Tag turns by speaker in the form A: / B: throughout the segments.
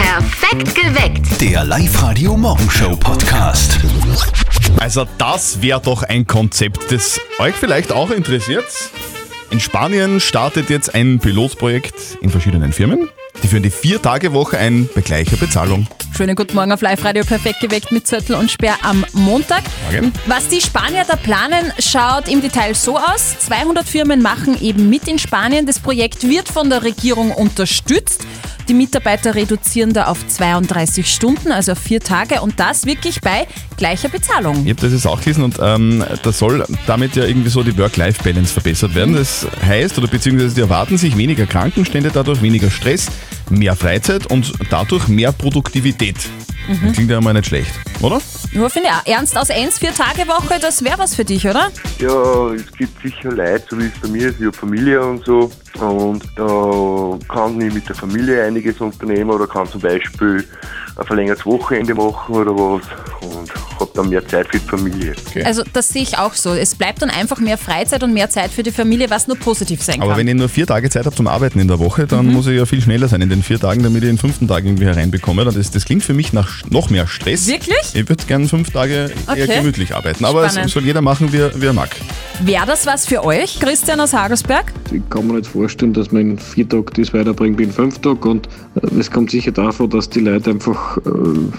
A: Perfekt geweckt.
B: Der Live-Radio Morgenshow Podcast.
C: Also das wäre doch ein Konzept, das euch vielleicht auch interessiert. In Spanien startet jetzt ein Pilotprojekt in verschiedenen Firmen. Die führen die Vier-Tage-Woche ein bei gleicher Bezahlung.
D: Schönen guten Morgen auf Live-Radio Perfekt geweckt mit Zettel und Sperr am Montag.
C: Morgen.
D: Was die Spanier da planen, schaut im Detail so aus. 200 Firmen machen eben mit in Spanien. Das Projekt wird von der Regierung unterstützt. Die Mitarbeiter reduzieren da auf 32 Stunden, also auf vier Tage und das wirklich bei gleicher Bezahlung.
C: Ich habe das jetzt auch gelesen und ähm, da soll damit ja irgendwie so die Work-Life-Balance verbessert werden. Das heißt, oder beziehungsweise die erwarten sich weniger Krankenstände, dadurch weniger Stress, mehr Freizeit und dadurch mehr Produktivität. Das klingt ja mal nicht schlecht, oder?
D: Ja, finde ich auch. Ernst aus 1, vier Tage Woche, das wäre was für dich, oder?
E: Ja, es gibt sicher Leute, so wie es bei mir ist, ich habe Familie und so. Und da kann ich mit der Familie einiges unternehmen oder kann zum Beispiel ein verlängertes Wochenende machen oder was und habe dann mehr Zeit für die Familie.
C: Ja.
D: Also das sehe ich auch so. Es bleibt dann einfach mehr Freizeit und mehr Zeit für die Familie, was nur positiv sein
C: Aber
D: kann. Mhm.
C: wenn ich nur vier Tage Zeit habe zum Arbeiten in der Woche, dann muss ich ja viel schneller sein in den vier Tagen, damit ich den fünften Tag irgendwie hereinbekomme. Das, das klingt für mich nach noch mehr Stress.
D: Wirklich?
C: Ich würde gerne fünf Tage eher
D: Okay.
C: gemütlich arbeiten, aber es
D: Spannend.
C: soll jeder machen, wie er, wie er mag.
D: Wäre das was für euch, Christian aus Hagelsberg?
F: Ich kann mir nicht vorstellen, dass man in vier Tagen das weiterbringt wie in fünf Tagen. Und äh, es kommt sicher davon, dass die Leute einfach äh,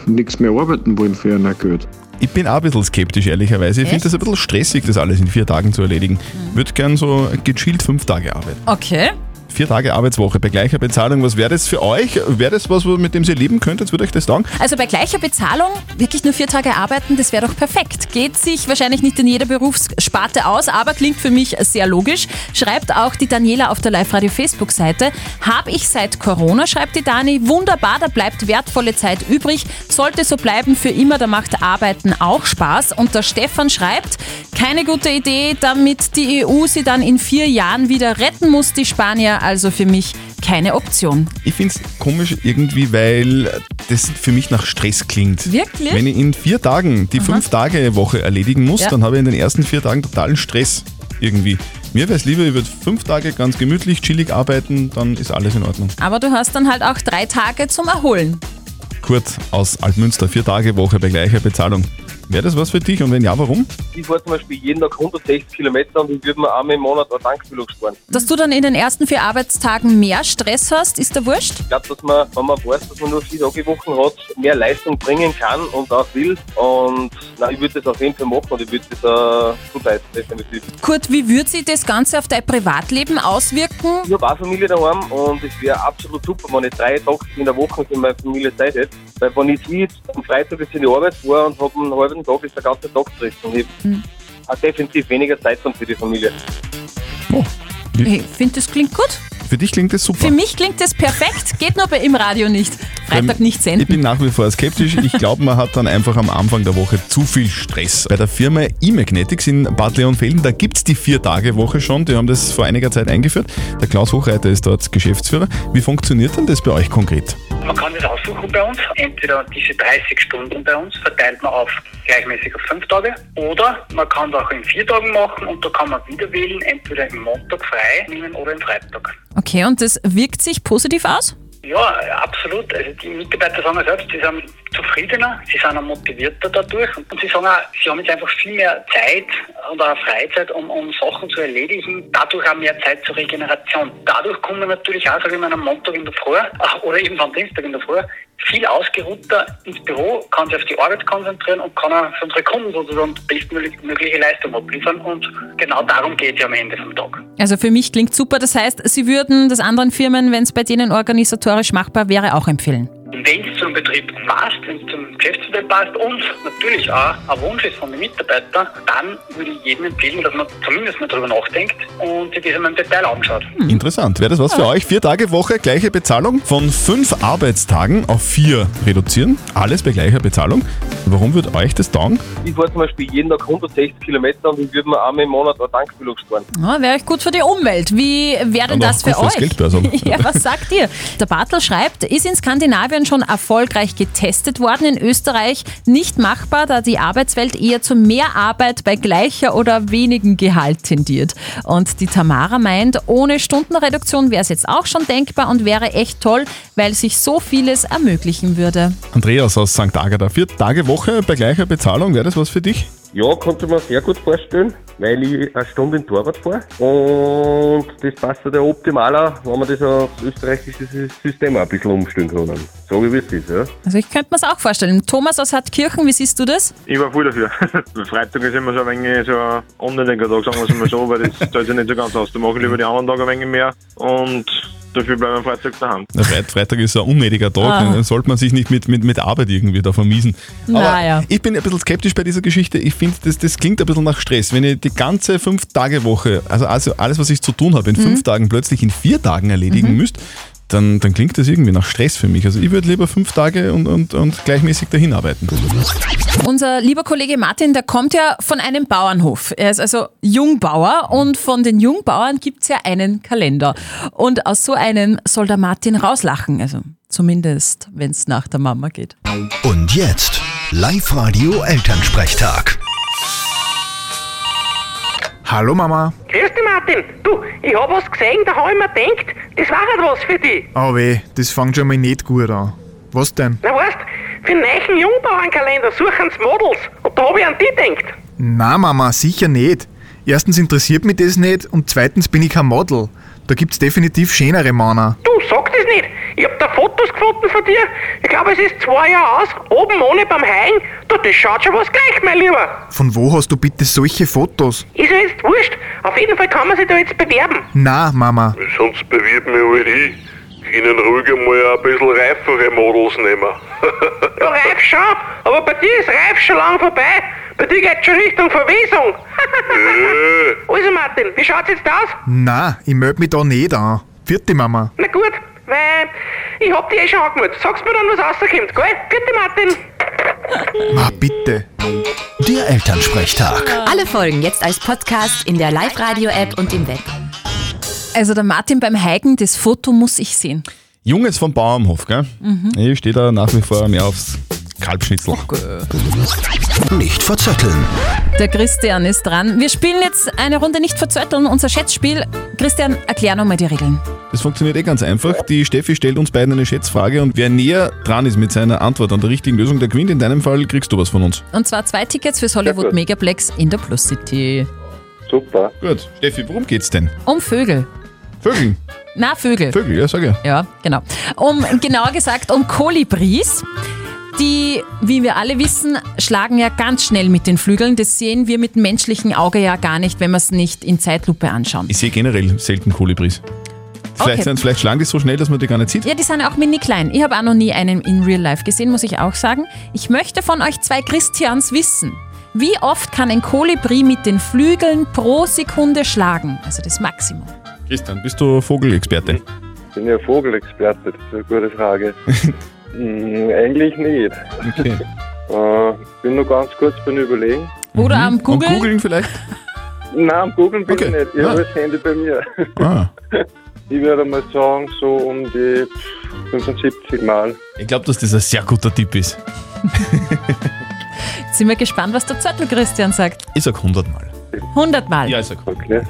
F: nichts mehr arbeiten wollen für ihr Geld.
C: Ich bin auch ein bisschen skeptisch, ehrlicherweise. Ich finde
D: Echt? Mhm.
C: das ein bisschen stressig, das alles in vier Tagen zu erledigen. Würde gern so gechillt fünf Tage arbeiten.
D: Okay.
C: Vier Tage Arbeitswoche bei gleicher Bezahlung. Was wäre das für euch? Wäre das was, wo- mit dem ihr leben könntet? Würde euch das sagen?
D: Also bei gleicher Bezahlung wirklich nur vier Tage arbeiten, das wäre doch perfekt. Geht sich wahrscheinlich nicht in jeder Berufssparte aus, aber klingt für mich sehr logisch. Schreibt auch die Daniela auf der Live-Radio-Facebook-Seite. Hab ich seit Corona, schreibt die Dani. Wunderbar, da bleibt wertvolle Zeit übrig. Sollte so bleiben für immer, da macht Arbeiten auch Spaß. Und der Stefan schreibt, keine gute Idee, damit die EU sie dann in vier Jahren wieder retten muss, die Spanier. Also für mich keine Option.
C: Ich finde es komisch irgendwie, weil das für mich nach Stress klingt.
D: Wirklich?
C: Wenn ich in vier Tagen die Fünf-Tage-Woche erledigen muss,
D: Ja.
C: dann habe ich in den ersten vier Tagen totalen Stress irgendwie. Mir wäre es lieber, ich würde fünf Tage ganz gemütlich, chillig arbeiten, dann ist alles in Ordnung.
D: Aber du hast dann halt auch drei Tage zum Erholen.
C: Kurt aus Altmünster, vier Tage Woche bei gleicher Bezahlung. Wäre das was für dich und wenn ja, warum?
G: Ich fahre zum Beispiel jeden Tag 160 Kilometer und ich würde mir einmal im Monat eine Tankfüllung sparen.
D: Dass du dann in den ersten vier Arbeitstagen mehr Stress hast, ist der wurscht?
G: Ich glaube, dass man, wenn man weiß, dass man nur vier Tage Wochen hat, mehr Leistung bringen kann und auch will. Und nein, ich würde das auf jeden Fall machen und ich würde das äh, gut leisten, definitiv.
D: Kurt, wie würde sich das Ganze auf dein Privatleben auswirken?
G: Ich habe auch Familie daheim und es wäre absolut super, wenn ich drei Tage in der Woche für meine Familie Zeit hätte. Weil wenn ich sie jetzt am Freitag jetzt in die Arbeit fahre und habe einen halben Tag, ist der ganze Tag drin und ich habe definitiv weniger Zeit dann für die Familie.
C: Oh,
D: Ich finde, das klingt gut.
C: für dich klingt das super.
D: Für mich klingt das perfekt, geht nur bei im Radio nicht. Freitag nicht
C: Ich
D: senden.
C: bin nach wie vor skeptisch. Ich glaube, man hat dann einfach am Anfang der Woche zu viel Stress. Bei der Firma E-Magnetics in Bad Leonfelden, da gibt es die Vier-Tage-Woche schon. Die haben das vor einiger Zeit eingeführt. Der Klaus Hochreiter ist dort Geschäftsführer. Wie funktioniert denn das bei euch konkret?
H: Man kann das aussuchen bei uns. Entweder diese 30 Stunden bei uns verteilt man auf gleichmäßig auf fünf Tage oder man kann das auch in vier Tagen machen und da kann man wieder wählen, entweder im Montag frei nehmen oder im Freitag.
D: Okay, und das wirkt sich positiv aus?
H: Ja, absolut. Also die Mitarbeiter sagen ja selbst, sie sind zufriedener, sie sind auch motivierter dadurch und sie sagen auch, sie haben jetzt einfach viel mehr Zeit und auch Freizeit, um, um Sachen zu erledigen, dadurch auch mehr Zeit zur Regeneration. Dadurch kommen wir natürlich auch, sage ich mal, am Montag in der Früh ach, oder eben am Dienstag in der Früh viel ausgeruhter ins Büro, kann sich auf die Arbeit konzentrieren und kann auch für unsere Kunden sozusagen die bestmögliche Leistung abliefern und genau darum geht es ja am Ende vom Tag.
D: Also für mich klingt super. Das heißt, sie würden das anderen Firmen, wenn es bei denen organisatorisch machbar wäre, auch empfehlen.
H: Wenn es zum Betrieb passt, wenn es zum Geschäftsmodell passt und natürlich auch ein Wunsch ist von den Mitarbeitern, dann würde ich jedem empfehlen, dass man zumindest mal drüber nachdenkt und sich das einmal im Detail anschaut.
D: Hm.
C: Interessant. Wäre das was
D: Ah.
C: für euch? Vier Tage Woche, gleiche Bezahlung. Von fünf Arbeitstagen auf vier reduzieren. Alles bei gleicher Bezahlung. Warum wird euch das taugen?
G: Ich fahre zum Beispiel jeden Tag 160 Kilometer und ich würde mir einmal im Monat eine Tankfüllung sparen.
D: Ja, wäre euch gut für die Umwelt. Wie wäre denn
C: Aber
D: das
C: gut
D: für
C: fürs also.
D: euch?
C: Geldbörsen.
D: ja, was sagt ihr? Der Bartel schreibt, ist in Skandinavien schon Erfolg erfolgreich getestet worden. In Österreich nicht machbar, da die Arbeitswelt eher zu mehr Arbeit bei gleicher oder wenigen Gehalt tendiert. Und die Tamara meint, ohne Stundenreduktion wäre es jetzt auch schon denkbar und wäre echt toll, weil sich so vieles ermöglichen würde.
C: Andreas aus St. Agatha, vier Tage Woche bei gleicher Bezahlung, wäre das was für dich?
A: Ja, konnte man sehr gut vorstellen, weil ich eine Stunde in Torwart fahre. Und das passt ja der optimaler, wenn man das aufs österreichische Sy- System auch ein bisschen umstellen kann. So wie es ist, ja.
D: Also ich könnte mir es auch vorstellen. Thomas aus Hartkirchen, wie siehst du das?
I: Ich war voll dafür. Freitag ist immer so ein wenig so ein Umdenkertag, sagen wir es mal so, weil das zahlt sich nicht so ganz aus. Da mache ich lieber die anderen Tage ein wenig mehr und dafür bleibe ich am Freitag daheim.
C: Na, Freit- Freitag ist so ein unnötiger Tag,
D: Ah.
C: dann sollte man sich nicht mit, mit, mit Arbeit irgendwie da vermiesen. Aber
D: Naja.
C: ich bin ein bisschen skeptisch bei dieser Geschichte. Ich finde, das, das klingt ein bisschen nach Stress. Wenn ich die ganze Fünf-Tage-Woche, also, also alles, was ich zu tun
D: Mhm.
C: habe, in fünf Tagen plötzlich in vier Tagen erledigen müsst, dann, dann klingt das irgendwie nach Stress für mich. Also ich würde lieber fünf Tage und, und, und gleichmäßig dahin arbeiten.
D: Unser lieber Kollege Martin, der kommt ja von einem Bauernhof. Er ist also Jungbauer und von den Jungbauern gibt es ja einen Kalender. Und aus so einem soll der Martin rauslachen. Also zumindest, wenn es nach der Mama geht.
B: Und jetzt Live-Radio Elternsprechtag.
C: Hallo Mama.
J: Grüß dich, Martin. Du, ich hab was gesehen, da hab ich mir gedacht, das war halt was für dich.
K: Oh weh, das fängt schon mal nicht gut an. Was denn?
J: Na weißt, für den neuen Jungbauernkalender suchen sie Models. Und da hab ich an die gedacht.
K: Na Mama, sicher nicht. Erstens interessiert mich das nicht und zweitens bin ich kein Model. Da gibt's definitiv schönere Männer.
J: Du, sag das nicht. Ich hab da Fotos gefunden von dir. Ich glaube, es ist zwei Jahre aus, oben ohne beim Haien. Du, das schaut schon was gleich, mein Lieber.
K: Von wo hast du bitte solche Fotos?
J: Ist ja jetzt wurscht. Auf jeden Fall kann man sich da jetzt bewerben.
K: Na Mama,
I: Sonst bewirbt mich halt ich. Ihnen ruhig einmal ein bisschen reifere Models nehmen.
J: Ja, reif schon, aber bei dir ist reif schon lang vorbei. Bei dir geht's schon Richtung Verwesung. also, Martin, wie schaut's jetzt aus?
K: na, ich meld mich da nicht an. Vierte Mama.
J: Na gut, weil ich hab die eh schon angemeldet. Sag's mir dann, was rauskommt, gell? Gute Martin.
K: Ma, Ah, bitte.
B: Der Elternsprechtag.
L: Alle Folgen jetzt als Podcast in der Live-Radio-App und im Web.
D: Also der Martin beim Heigen, das Foto muss ich sehen.
C: Junges vom Bauernhof, gell? Ich stehe da nach wie vor mehr aufs Kalbschnitzel.
B: Nicht verzetteln.
D: Der Christian ist dran. Wir spielen jetzt eine Runde nicht verzötteln, unser Schätzspiel. Christian, erklär nochmal die Regeln.
C: Das funktioniert eh ganz einfach. Die Steffi stellt uns beiden eine Schätzfrage und wer näher dran ist mit seiner Antwort an der richtigen Lösung, der gewinnt. In deinem Fall kriegst du was von uns.
D: Und zwar zwei Tickets fürs Hollywood Megaplex in der Plus City.
A: Super.
C: Gut. Steffi, worum geht's denn?
D: Um Vögel.
C: Vögel.
D: Na, Vögel.
C: Vögel, ja, sag ja.
D: Ja, genau. Um, genauer gesagt, um Kolibris. Die, wie wir alle wissen, schlagen ja ganz schnell mit den Flügeln. Das sehen wir mit dem menschlichen Auge ja gar nicht, wenn wir es nicht in Zeitlupe anschauen.
C: Ich sehe generell selten Kolibris. Vielleicht,
D: Okay.
C: sind, vielleicht schlagen die so schnell, dass man die gar nicht sieht.
D: Ja, die sind auch mini klein. Ich habe auch noch nie einen in Real Life gesehen, muss ich auch sagen. Ich möchte von euch zwei Christians wissen. Wie oft kann ein Kolibri mit den Flügeln pro Sekunde schlagen? Also das Maximum.
C: Christian, bist du Vogelexperte?
A: Ich bin ja Vogelexperte, das ist eine gute Frage. Hm, eigentlich nicht.
C: Okay.
A: Äh, ich bin nur ganz kurz beim Überlegen.
D: Oder Mhm. am Google?
C: Am Googeln vielleicht?
A: Nein, am Googlen bin
C: Okay.
A: ich nicht. Ich
C: Ja.
A: habe das Handy bei mir.
C: Ah.
A: Ich würde mal sagen, so um die 75 Mal.
C: Ich glaube, dass das ein sehr guter Tipp ist.
D: Jetzt Sind wir gespannt, was der Zettel Christian sagt.
C: Ich sag 100 Mal.
D: 100 Mal.
C: Ja, ich sag 100
A: Okay.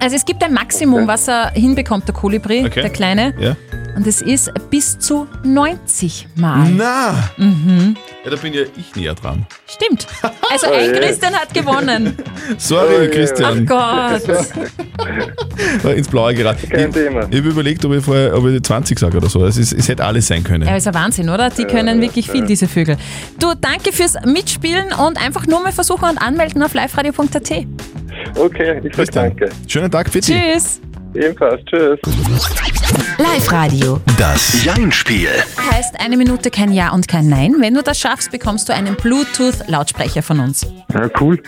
D: Also es gibt ein Maximum,
A: Okay.
D: was er hinbekommt, der Kolibri,
C: Okay.
D: der Kleine.
C: Ja.
D: Und es ist bis zu 90 Mal.
C: Na! Ja, da bin ja ich näher dran.
D: Stimmt. Also ein
A: je.
D: Christian hat gewonnen.
C: Sorry,
A: Oh je.
D: Ach
C: Christian.
D: Gott.
C: ins Blaue geraten.
A: Kein
C: ich
A: Thema.
C: ich habe überlegt, ob ich, vorher, ob ich 20 sage oder so. Es, ist, es hätte alles sein können.
D: Ja, ist ein Wahnsinn, oder? Die können wirklich viel, diese Vögel. Du, danke fürs Mitspielen und einfach nur mal versuchen und anmelden auf liveradio.at.
A: Okay, ich sag
C: Christian,
A: danke.
C: Schönen Tag, Fitti.
D: Tschüss.
A: Ebenfalls, tschüss.
L: Live-Radio.
B: Das Jein-Spiel.
D: Heißt eine Minute kein Ja und kein Nein. Wenn du das schaffst, bekommst du einen Bluetooth-Lautsprecher von uns.
E: Ja, cool.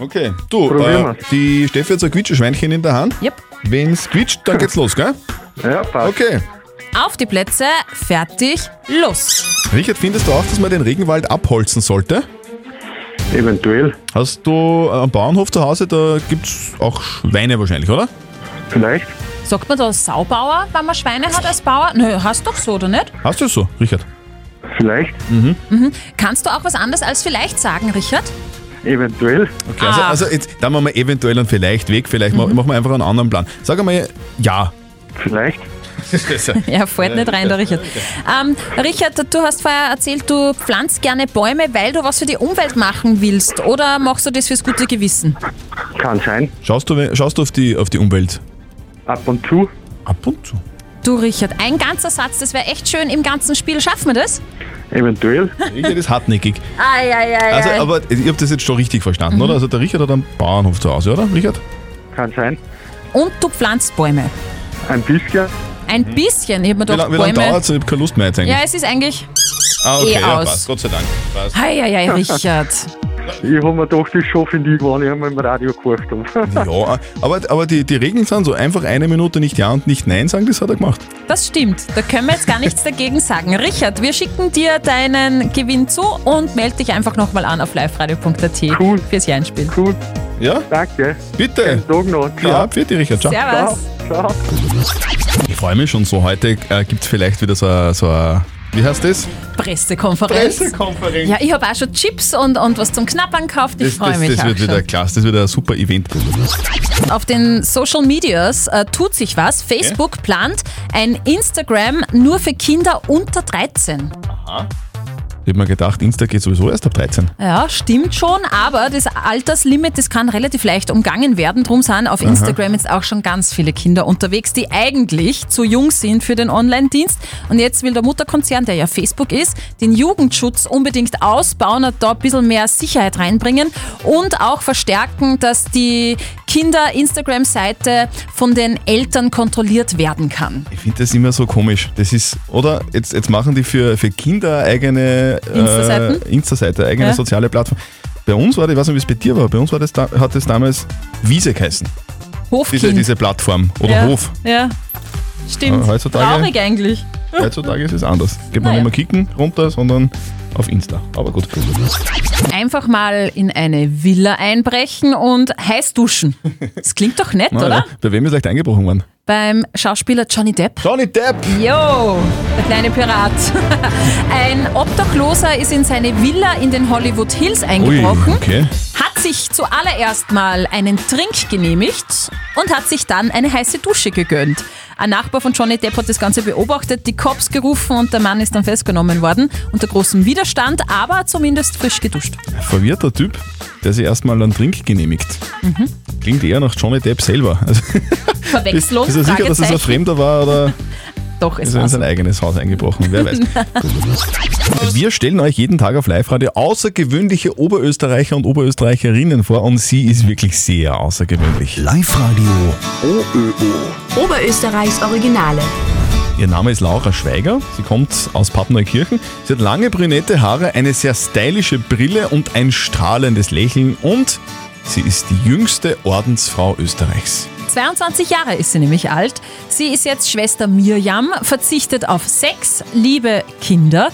C: Okay. Du,
E: Probieren
C: äh,
E: wir.
C: die Steffi hat so ein Quietscheschweinchen in der Hand.
D: Yep.
C: Wenn's quietscht, dann geht's los, gell?
E: Ja, passt.
C: Okay.
D: Auf die Plätze, fertig, los.
C: Richard, findest du auch, dass man den Regenwald abholzen sollte?
E: Eventuell.
C: Hast du äh, am Bauernhof zu Hause, da gibt's auch Schweine wahrscheinlich, oder?
E: Vielleicht.
D: Sagt man da Saubauer, wenn man Schweine hat als Bauer? Nö, hast doch so, oder nicht?
C: Hast du es so, Richard?
E: Vielleicht,
D: Mhm. Kannst du auch was anderes als vielleicht sagen, Richard?
E: eventuell.
C: Okay, also,
D: Ah. Mhm.
C: also jetzt, dann machen wir eventuell und vielleicht weg, vielleicht ma- machen wir einfach einen anderen Plan. Sag einmal ja.
E: Vielleicht.
D: Ja, fällt nicht rein, der Richard. Ähm, Richard, du hast vorher erzählt, du pflanzt gerne Bäume, weil du was für die Umwelt machen willst. Oder machst du das fürs gute Gewissen?
E: Kann sein.
C: Schaust du, schaust du auf, die, auf die Umwelt?
E: Ab und zu.
C: Ab und zu.
D: Du, Richard, ein ganzer Satz, das wäre echt schön im ganzen Spiel. Schaffen wir das?
E: Eventuell.
C: Richard ist hartnäckig.
D: Eieiei.
C: Also, aber ich habe das jetzt schon richtig
D: Mhm.
C: verstanden, oder? Also der Richard hat einen Bauernhof zu Hause, oder, Richard?
E: Kann sein.
D: Und du pflanzt Bäume.
E: Ein bisschen.
D: Ein bisschen, ich hab mir
C: Hm. Wie
D: gedacht,
C: lange lang
D: Bäume.
C: dauert es? Ich habe keine Lust mehr jetzt eigentlich.
D: Ja, es ist eigentlich.
C: ah, okay,
D: eh
C: ja,
D: aus.
C: passt. Gott sei Dank. Passt.
D: Eieiei, Richard.
E: Ich habe mir gedacht, ich schaffe nicht, wenn ich einmal im Radio gehört habe.
C: Ja, aber, aber die, die Regeln sind so einfach eine Minute nicht Ja und nicht Nein sagen, das hat er gemacht.
D: Das stimmt, da können wir jetzt gar nichts dagegen sagen. Richard, wir schicken dir deinen Gewinn zu und melde dich einfach nochmal an auf liveradio.at
E: Cool.
D: fürs Jahr einspielen.
E: Cool,
C: Ja?
E: danke.
C: Bitte.
E: Tag noch.
C: Ja, für dich, Richard. Ciao.
D: Servus.
E: Ciao.
C: Ich freue mich schon so. Heute äh, gibt es vielleicht wieder so ein, so ein- wie heißt das?
D: Pressekonferenz.
C: Pressekonferenz.
D: Ja, ich habe auch schon Chips und, und was zum Knappern gekauft. Ich
C: Das,
D: freue
C: das,
D: mich
C: das
D: auch
C: wird wieder
D: schon.
C: klasse, das wird ein super Event.
D: Auf den Social Medias äh, tut sich was. Facebook plant ein Instagram nur für Kinder unter 13.
C: Ich habe mir gedacht, Insta geht sowieso erst ab 13.
D: Ja, stimmt schon, aber das Alterslimit, das kann relativ leicht umgangen werden. Drum sind auf
C: Aha.
D: Instagram jetzt auch schon ganz viele Kinder unterwegs, die eigentlich zu jung sind für den Online-Dienst. Und jetzt will der Mutterkonzern, der ja Facebook ist, den Jugendschutz unbedingt ausbauen und da ein bisschen mehr Sicherheit reinbringen und auch verstärken, dass die Kinder-Instagram-Seite von den Eltern kontrolliert werden kann.
C: Ich finde das immer so komisch. Das ist, oder? Jetzt, jetzt machen die für, für Kinder eigene äh,
D: Insta-Seiten?
C: Insta-Seite, eigene
D: Ja.
C: soziale Plattform. Bei uns war, das- ich weiß nicht, wie es bei dir war, bei uns war das, da- hat das damals Wiese geheißen.
D: Hofkind.
C: Diese, diese Plattform oder
D: ja,
C: Hof.
D: Ja, stimmt.
C: Äh, heutzutage-
D: Traurig eigentlich.
C: Heutzutage ist es anders. Geht man
D: Naja.
C: nicht mehr kicken runter, sondern auf Insta. Aber gut.
D: Einfach mal in eine Villa einbrechen und heiß duschen. Das klingt doch nett,
C: Na,
D: oder?
C: ja. Bei wem ist leicht eingebrochen worden?
D: Beim Schauspieler Johnny Depp.
C: Johnny Depp!
D: Jo, der kleine Pirat. Ein Obdachloser ist in seine Villa in den Hollywood Hills eingebrochen,
C: okay.
D: hat sich zuallererst mal einen Trink genehmigt und hat sich dann eine heiße Dusche gegönnt. Ein Nachbar von Johnny Depp hat das Ganze beobachtet, die Cops gerufen und der Mann ist dann festgenommen worden. Unter großem Widerstand, aber zumindest frisch geduscht.
C: Verwirrter Typ, der sich erstmal einen Trink genehmigt. Klingt eher nach Johnny Depp selber. Also, bist,
D: Mhm. Verwechslung,
C: bist du sicher, dass es ein
D: Fragezeichen.
C: Fremder war oder
D: Doch,
C: ist
D: es
C: er in
D: war's.
C: sein eigenes Haus eingebrochen? Wer weiß. Also Wir stellen euch jeden Tag auf Live-Radio außergewöhnliche Oberösterreicher und Oberösterreicherinnen vor und sie ist wirklich sehr außergewöhnlich.
B: Live-Radio
C: OÖO.
L: Oberösterreichs Originale.
C: Ihr Name ist Laura Schweiger, sie kommt aus Papneukirchen. Sie hat lange brünette Haare, eine sehr stylische Brille und ein strahlendes Lächeln und sie ist die jüngste Ordensfrau Österreichs.
D: 22 Jahre ist sie nämlich alt. Sie ist jetzt Schwester Mirjam, verzichtet auf sechs liebe Kinder.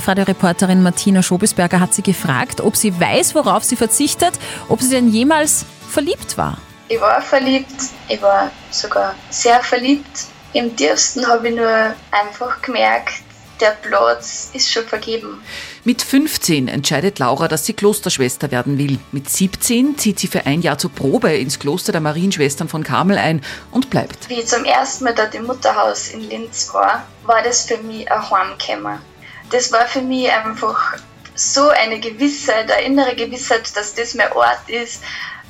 D: Live-Radio-Reporterin Martina Schobesberger hat sie gefragt, ob sie weiß, worauf sie verzichtet, ob sie denn jemals verliebt war.
M: Ich war verliebt, ich war sogar sehr verliebt. Im tiefsten habe ich nur einfach gemerkt, der Platz ist schon vergeben.
N: Mit 15 entscheidet Laura, dass sie Klosterschwester werden will. Mit 17 zieht sie für ein Jahr zur Probe ins Kloster der Marienschwestern von Karmel ein und bleibt.
M: Wie ich zum ersten Mal dort im Mutterhaus in Linz war, war das für mich ein Heimkommen. Das war für mich einfach so eine Gewissheit, eine innere Gewissheit, dass das mein Ort ist.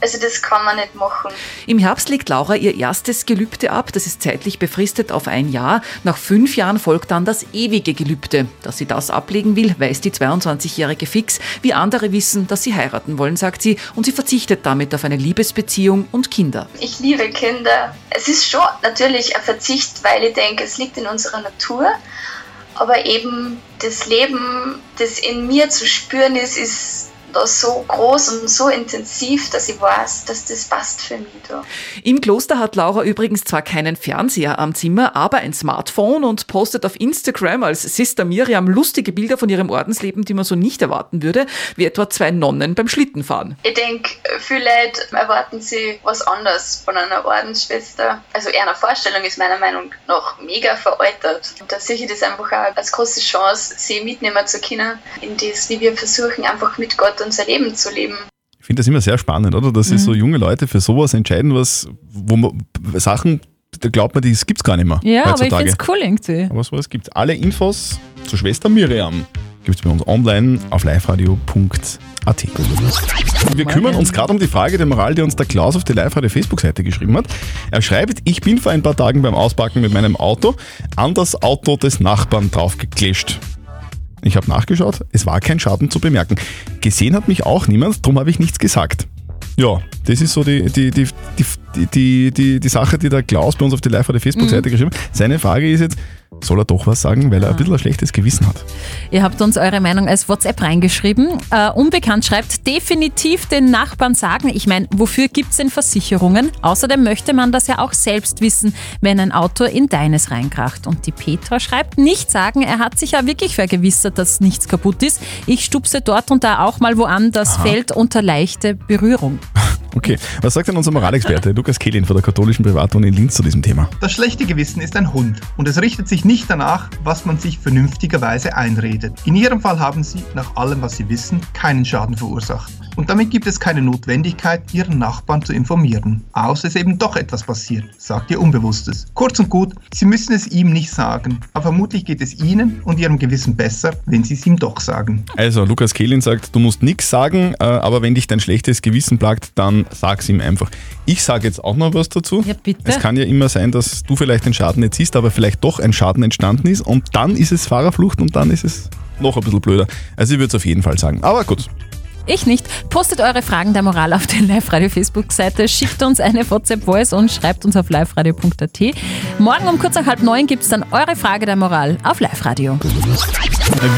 M: Also das kann man nicht machen.
N: Im Herbst legt Laura ihr erstes Gelübde ab, das ist zeitlich befristet auf ein Jahr. Nach fünf Jahren folgt dann das ewige Gelübde. Dass sie das ablegen will, weiß die 22-Jährige fix. Wie andere wissen, dass sie heiraten wollen, sagt sie, und sie verzichtet damit auf eine Liebesbeziehung und Kinder.
M: Ich liebe Kinder. Es ist schon natürlich ein Verzicht, weil ich denke, es liegt in unserer Natur. Aber eben das Leben, das in mir zu spüren ist, ist da so groß und so intensiv, dass ich weiß, dass das passt für mich da.
N: Im Kloster hat Laura übrigens zwar keinen Fernseher am Zimmer, aber ein Smartphone und postet auf Instagram als Sister Miriam lustige Bilder von ihrem Ordensleben, die man so nicht erwarten würde, wie etwa zwei Nonnen beim Schlittenfahren.
M: Ich denke, viele Leute erwarten sie was anderes von einer Ordensschwester. Also eher eine Vorstellung ist meiner Meinung nach mega veraltet. Und da sehe ich das einfach auch als große Chance, sie mitnehmen zu können, in das, wie wir versuchen, einfach mit Gott unser Leben zu leben.
C: Ich finde das immer sehr spannend, oder? Dass sich
D: Mhm.
C: so junge Leute für sowas entscheiden, was, wo man, Sachen, da glaubt man, die gibt's gar nicht mehr.
D: Ja, aber ich
C: heutzutage.
D: finde es cool irgendwie.
C: Aber sowas gibt's. Alle Infos zur Schwester Miriam gibt's bei uns online auf liveradio.at. Wir kümmern uns gerade um die Frage der Moral, die uns der Klaus auf die Live-Radio-Facebook-Seite geschrieben hat. Er schreibt, ich bin vor ein paar Tagen beim Auspacken mit meinem Auto an das Auto des Nachbarn draufgeklitscht. Ich habe nachgeschaut, es war kein Schaden zu bemerken. Gesehen hat mich auch niemand, darum habe ich nichts gesagt. Ja, das ist so die, die, die, die, die, die, die, die Sache, die der Klaus bei uns auf die Live- oder Facebook-Seite
D: Mhm.
C: geschrieben hat. Seine Frage ist jetzt, soll er doch was sagen, weil er ein bisschen ein schlechtes Gewissen hat?
D: Ihr habt uns eure Meinung als WhatsApp reingeschrieben. Äh, Unbekannt schreibt, definitiv den Nachbarn sagen. Ich meine, wofür gibt's denn Versicherungen? Außerdem möchte man das ja auch selbst wissen, wenn ein Auto in deines reinkracht. Und die Petra schreibt, nicht sagen, er hat sich ja wirklich vergewissert, dass nichts kaputt ist. Ich stupse dort und da auch mal wo an, das
C: Aha.
D: fällt unter leichte Berührung.
C: Okay, was sagt denn unser Moralexperte Lukas Kehlin von der katholischen Privatuni in Linz zu diesem Thema?
O: Das schlechte Gewissen ist ein Hund und es richtet sich nicht danach, was man sich vernünftigerweise einredet. In ihrem Fall haben sie, nach allem, was sie wissen, keinen Schaden verursacht. Und damit gibt es keine Notwendigkeit, ihren Nachbarn zu informieren. Außer es eben doch etwas passiert, sagt ihr Unbewusstes. Kurz und gut, sie müssen es ihm nicht sagen, aber vermutlich geht es ihnen und ihrem Gewissen besser, wenn sie es ihm doch sagen.
C: Also, Lukas Kehlin sagt, du musst nichts sagen, äh, aber wenn dich dein schlechtes Gewissen plagt, dann sag's ihm einfach. Ich sage jetzt auch noch was dazu. Ja, bitte. Es kann ja immer sein, dass du vielleicht den Schaden jetzt siehst, aber vielleicht doch ein Schaden entstanden ist und dann ist es Fahrerflucht und dann ist es noch ein bisschen blöder. Also, ich würde es auf jeden Fall sagen. Aber gut.
D: Ich nicht. Postet eure Fragen der Moral auf der Live-Radio-Facebook-Seite, schickt uns eine WhatsApp-Voice und schreibt uns auf liveradio.at. Morgen um kurz nach halb neun gibt es dann eure Frage der Moral auf Live-Radio.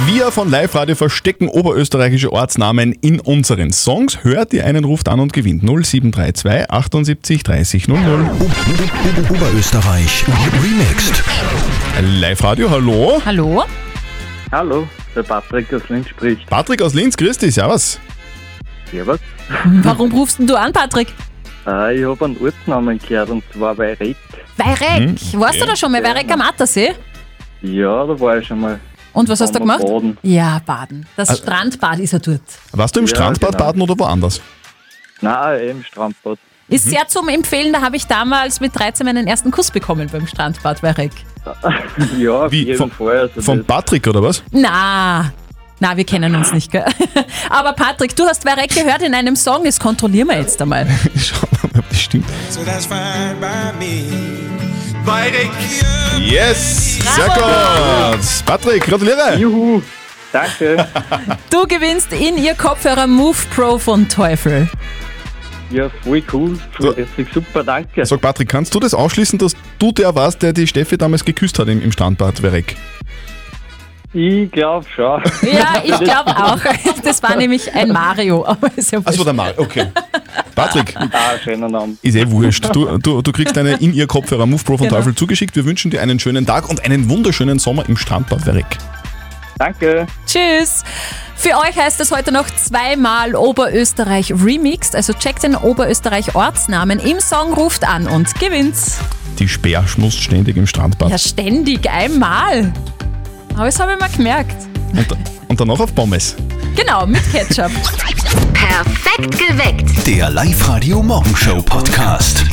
C: Wir von Live Radio verstecken oberösterreichische Ortsnamen in unseren Songs. Hört ihr einen, ruft an und gewinnt 0732 78 30 00.
B: Oberösterreich Remixed.
C: Live Radio, hallo.
D: Hallo.
P: Hallo, der Patrick aus Linz spricht.
C: Patrick aus Linz, grüß dich, servus.
P: Servus.
D: Warum rufst denn du an, Patrick?
P: Äh, ich habe einen Ortsnamen gehört und zwar bei Red.
D: Weirek.
P: Hm,
D: Warst du
P: okay.
D: da schon mal? Weirek am Attersee?
P: Ja, da war ich schon mal.
D: Und was hast du
P: Haben wir
D: gemacht?
P: Baden.
D: Ja, Baden. Das
C: Also-
D: Strandbad ist ja dort.
C: Warst du im
P: Ja,
C: Strandbad
P: genau.
C: baden oder woanders?
P: Nein, im Strandbad.
D: Ist sehr zum Empfehlen, da habe ich damals mit 13 meinen ersten Kuss bekommen beim Strandbad Weirek.
P: Ja, auf jeden Fall. Also
C: Von Patrick oder was?
D: Na, na, wir kennen uns nicht, gell? Aber Patrick, du hast Weirek gehört in einem Song, das kontrollieren wir jetzt einmal.
C: Das stimmt.
Q: So that's fine by me. Weirich.
C: Yes, sehr gut. Patrick, gratuliere.
P: Juhu, danke.
D: Du gewinnst in ihr Kopfhörer Move Pro von Teufel.
P: Ja, voll cool. Richtig super, danke.
C: Sag Patrick, kannst du das ausschließen, dass du der warst, der die Steffi damals geküsst hat im, im Strandbad Werek?
P: Ich glaube schon.
D: Ja, ich glaube auch. Das war nämlich ein Mario. Aber ist ja
C: Also der Mal, okay. Patrick.
P: Ah, schöner Name.
C: Ist eh wurscht. Du, du, du kriegst deine in ihr Kopfhörer Move Pro von
P: Genau.
C: Teufel zugeschickt. Wir wünschen dir einen schönen Tag und einen wunderschönen Sommer im Strandbad Werek.
P: Danke.
D: Tschüss. Für euch heißt es heute noch zweimal Oberösterreich Remixed. Also checkt den Oberösterreich Ortsnamen im Song, ruft an und gewinnt.
C: Die Speer schmust ständig im Strandbad.
D: Ja, ständig, einmal. Aber das habe ich mir gemerkt.
C: Und, und danach auf Pommes.
D: Genau, mit Ketchup.
L: Perfekt geweckt.
B: Der Live-Radio Morgenshow Podcast.